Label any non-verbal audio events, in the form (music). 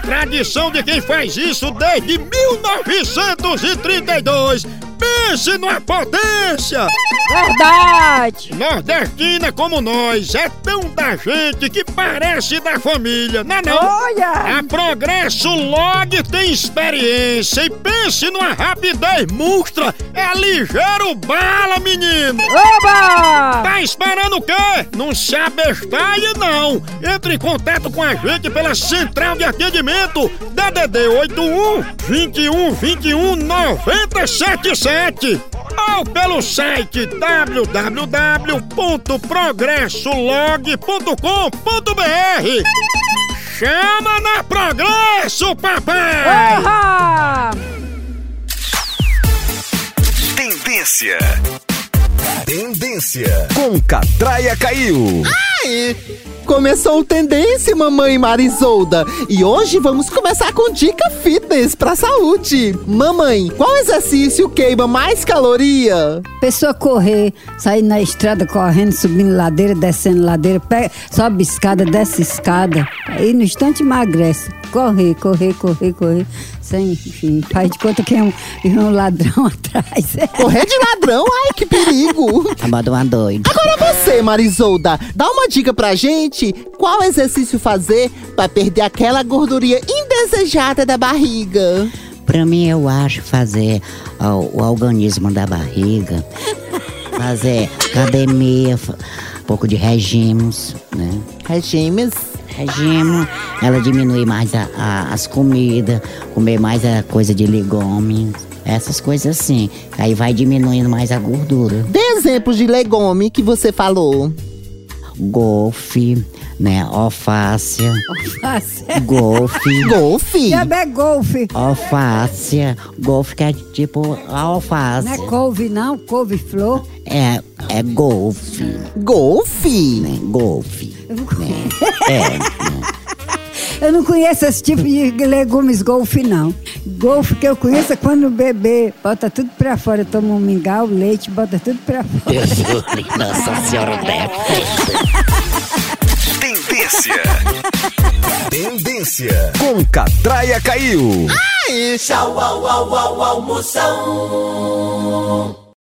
tradição de quem faz isso desde 1932. Pense numa potência! Verdade! Nordestina como nós é tão da gente que parece da família, não é não? Olha! A Progresso Log tem experiência e pense numa rapidez monstra. É ligeiro bala, menino. Oba! Tá esperando o quê? Não se abestalhe, não. Entre em contato com a gente pela central de atendimento DDD 81 21 21 977 ou pelo site www.progressolog.com.br Chama na Progresso, papai! Ahá! Tendência. Tendência. Com Catraia Caiu. Começou o Tendência, mamãe Marisolda. E hoje vamos começar com dica fitness pra saúde. Mamãe, qual exercício queima mais caloria? Pessoa correr, sair na estrada correndo, subindo ladeira, descendo ladeira, pega, sobe escada, desce escada. Aí no instante emagrece. Correr, correr, correr, correr. Sem, enfim, faz de conta que é um, é um ladrão (laughs) atrás. É Correr de ladrão? Ai, que perigo! Chamado uma doida. Agora você, Marisolda, dá uma dica pra gente qual exercício fazer pra perder aquela gordurinha indesejada da barriga. Pra mim, eu acho fazer ó, o organismo da barriga, fazer academia, fa- um pouco de regimes, né? Regimes. Regime, ela diminui mais a- a- as comidas, comer mais a coisa de legumes, essas coisas assim. Aí vai diminuindo mais a gordura. Dê exemplos de legume que você falou. Golfe, né? Alface, Fácil. (laughs) golfe. Golfe. Também é golfe. Alface, golfe que é tipo a alface. Não é couve, não. Couve-flor. É, é golfe, Golfe. né? Golfe. Eu não conheço. (laughs) Eu não conheço esse tipo de legumes golfe, não. Golfe que eu conheço é quando o bebê bota tudo pra fora, toma um mingau, leite, bota tudo pra fora. (laughs) Nossa senhora, Tendência. Tendência. Com Catraia Caiu. Tchau, au, au, au, almoção.